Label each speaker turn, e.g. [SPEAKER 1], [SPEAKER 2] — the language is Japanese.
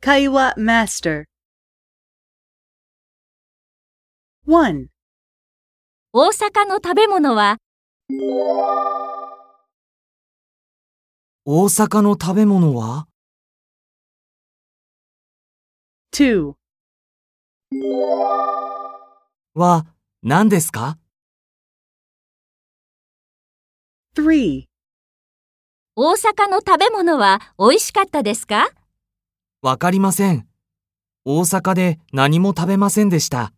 [SPEAKER 1] 会話 master 1,
[SPEAKER 2] 大阪の食べ物は
[SPEAKER 3] 大阪の食べ物は
[SPEAKER 1] 2,
[SPEAKER 3] は何ですか
[SPEAKER 1] 3,
[SPEAKER 2] 大阪の食べ物は美味しかったですか
[SPEAKER 3] わかりません。大阪で何も食べませんでした。